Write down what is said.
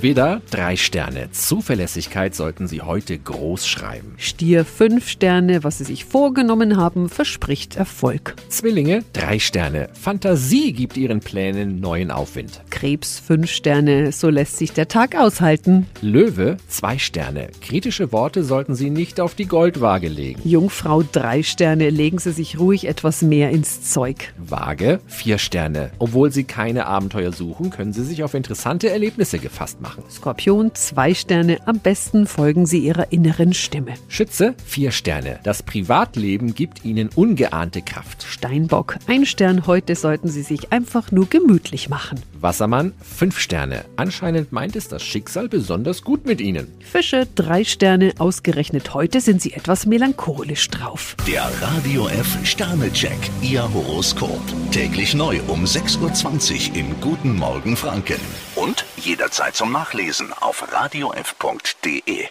Widder, drei Sterne. Zuverlässigkeit sollten Sie heute groß schreiben. Stier fünf Sterne, was Sie sich vorgenommen haben, verspricht Erfolg. Zwillinge, drei Sterne. Fantasie gibt Ihren Plänen neuen Aufwind. Krebs fünf Sterne, so lässt sich der Tag aushalten. Löwe, zwei Sterne. Kritische Worte sollten Sie nicht auf die Goldwaage legen. Jungfrau drei Sterne, legen Sie sich ruhig etwas mehr ins Zeug. Waage, vier Sterne. Obwohl Sie keine Abenteuer suchen, können Sie sich auf interessante Erlebnisse gefasst machen. Skorpion zwei Sterne, am besten folgen Sie Ihrer inneren Stimme. Schütze, vier Sterne. Das Privatleben gibt Ihnen ungeahnte Kraft. Steinbock ein Stern, heute sollten Sie sich einfach nur gemütlich machen. Wassermann, fünf Sterne. Anscheinend meint es das Schicksal besonders gut mit Ihnen. Fische drei Sterne, ausgerechnet heute sind Sie etwas melancholisch drauf. Der Radio F Sternecheck, Ihr Horoskop. Täglich neu um 6.20 Uhr im Guten Morgen Franken. Und jederzeit zum Nachlesen auf radiof.de.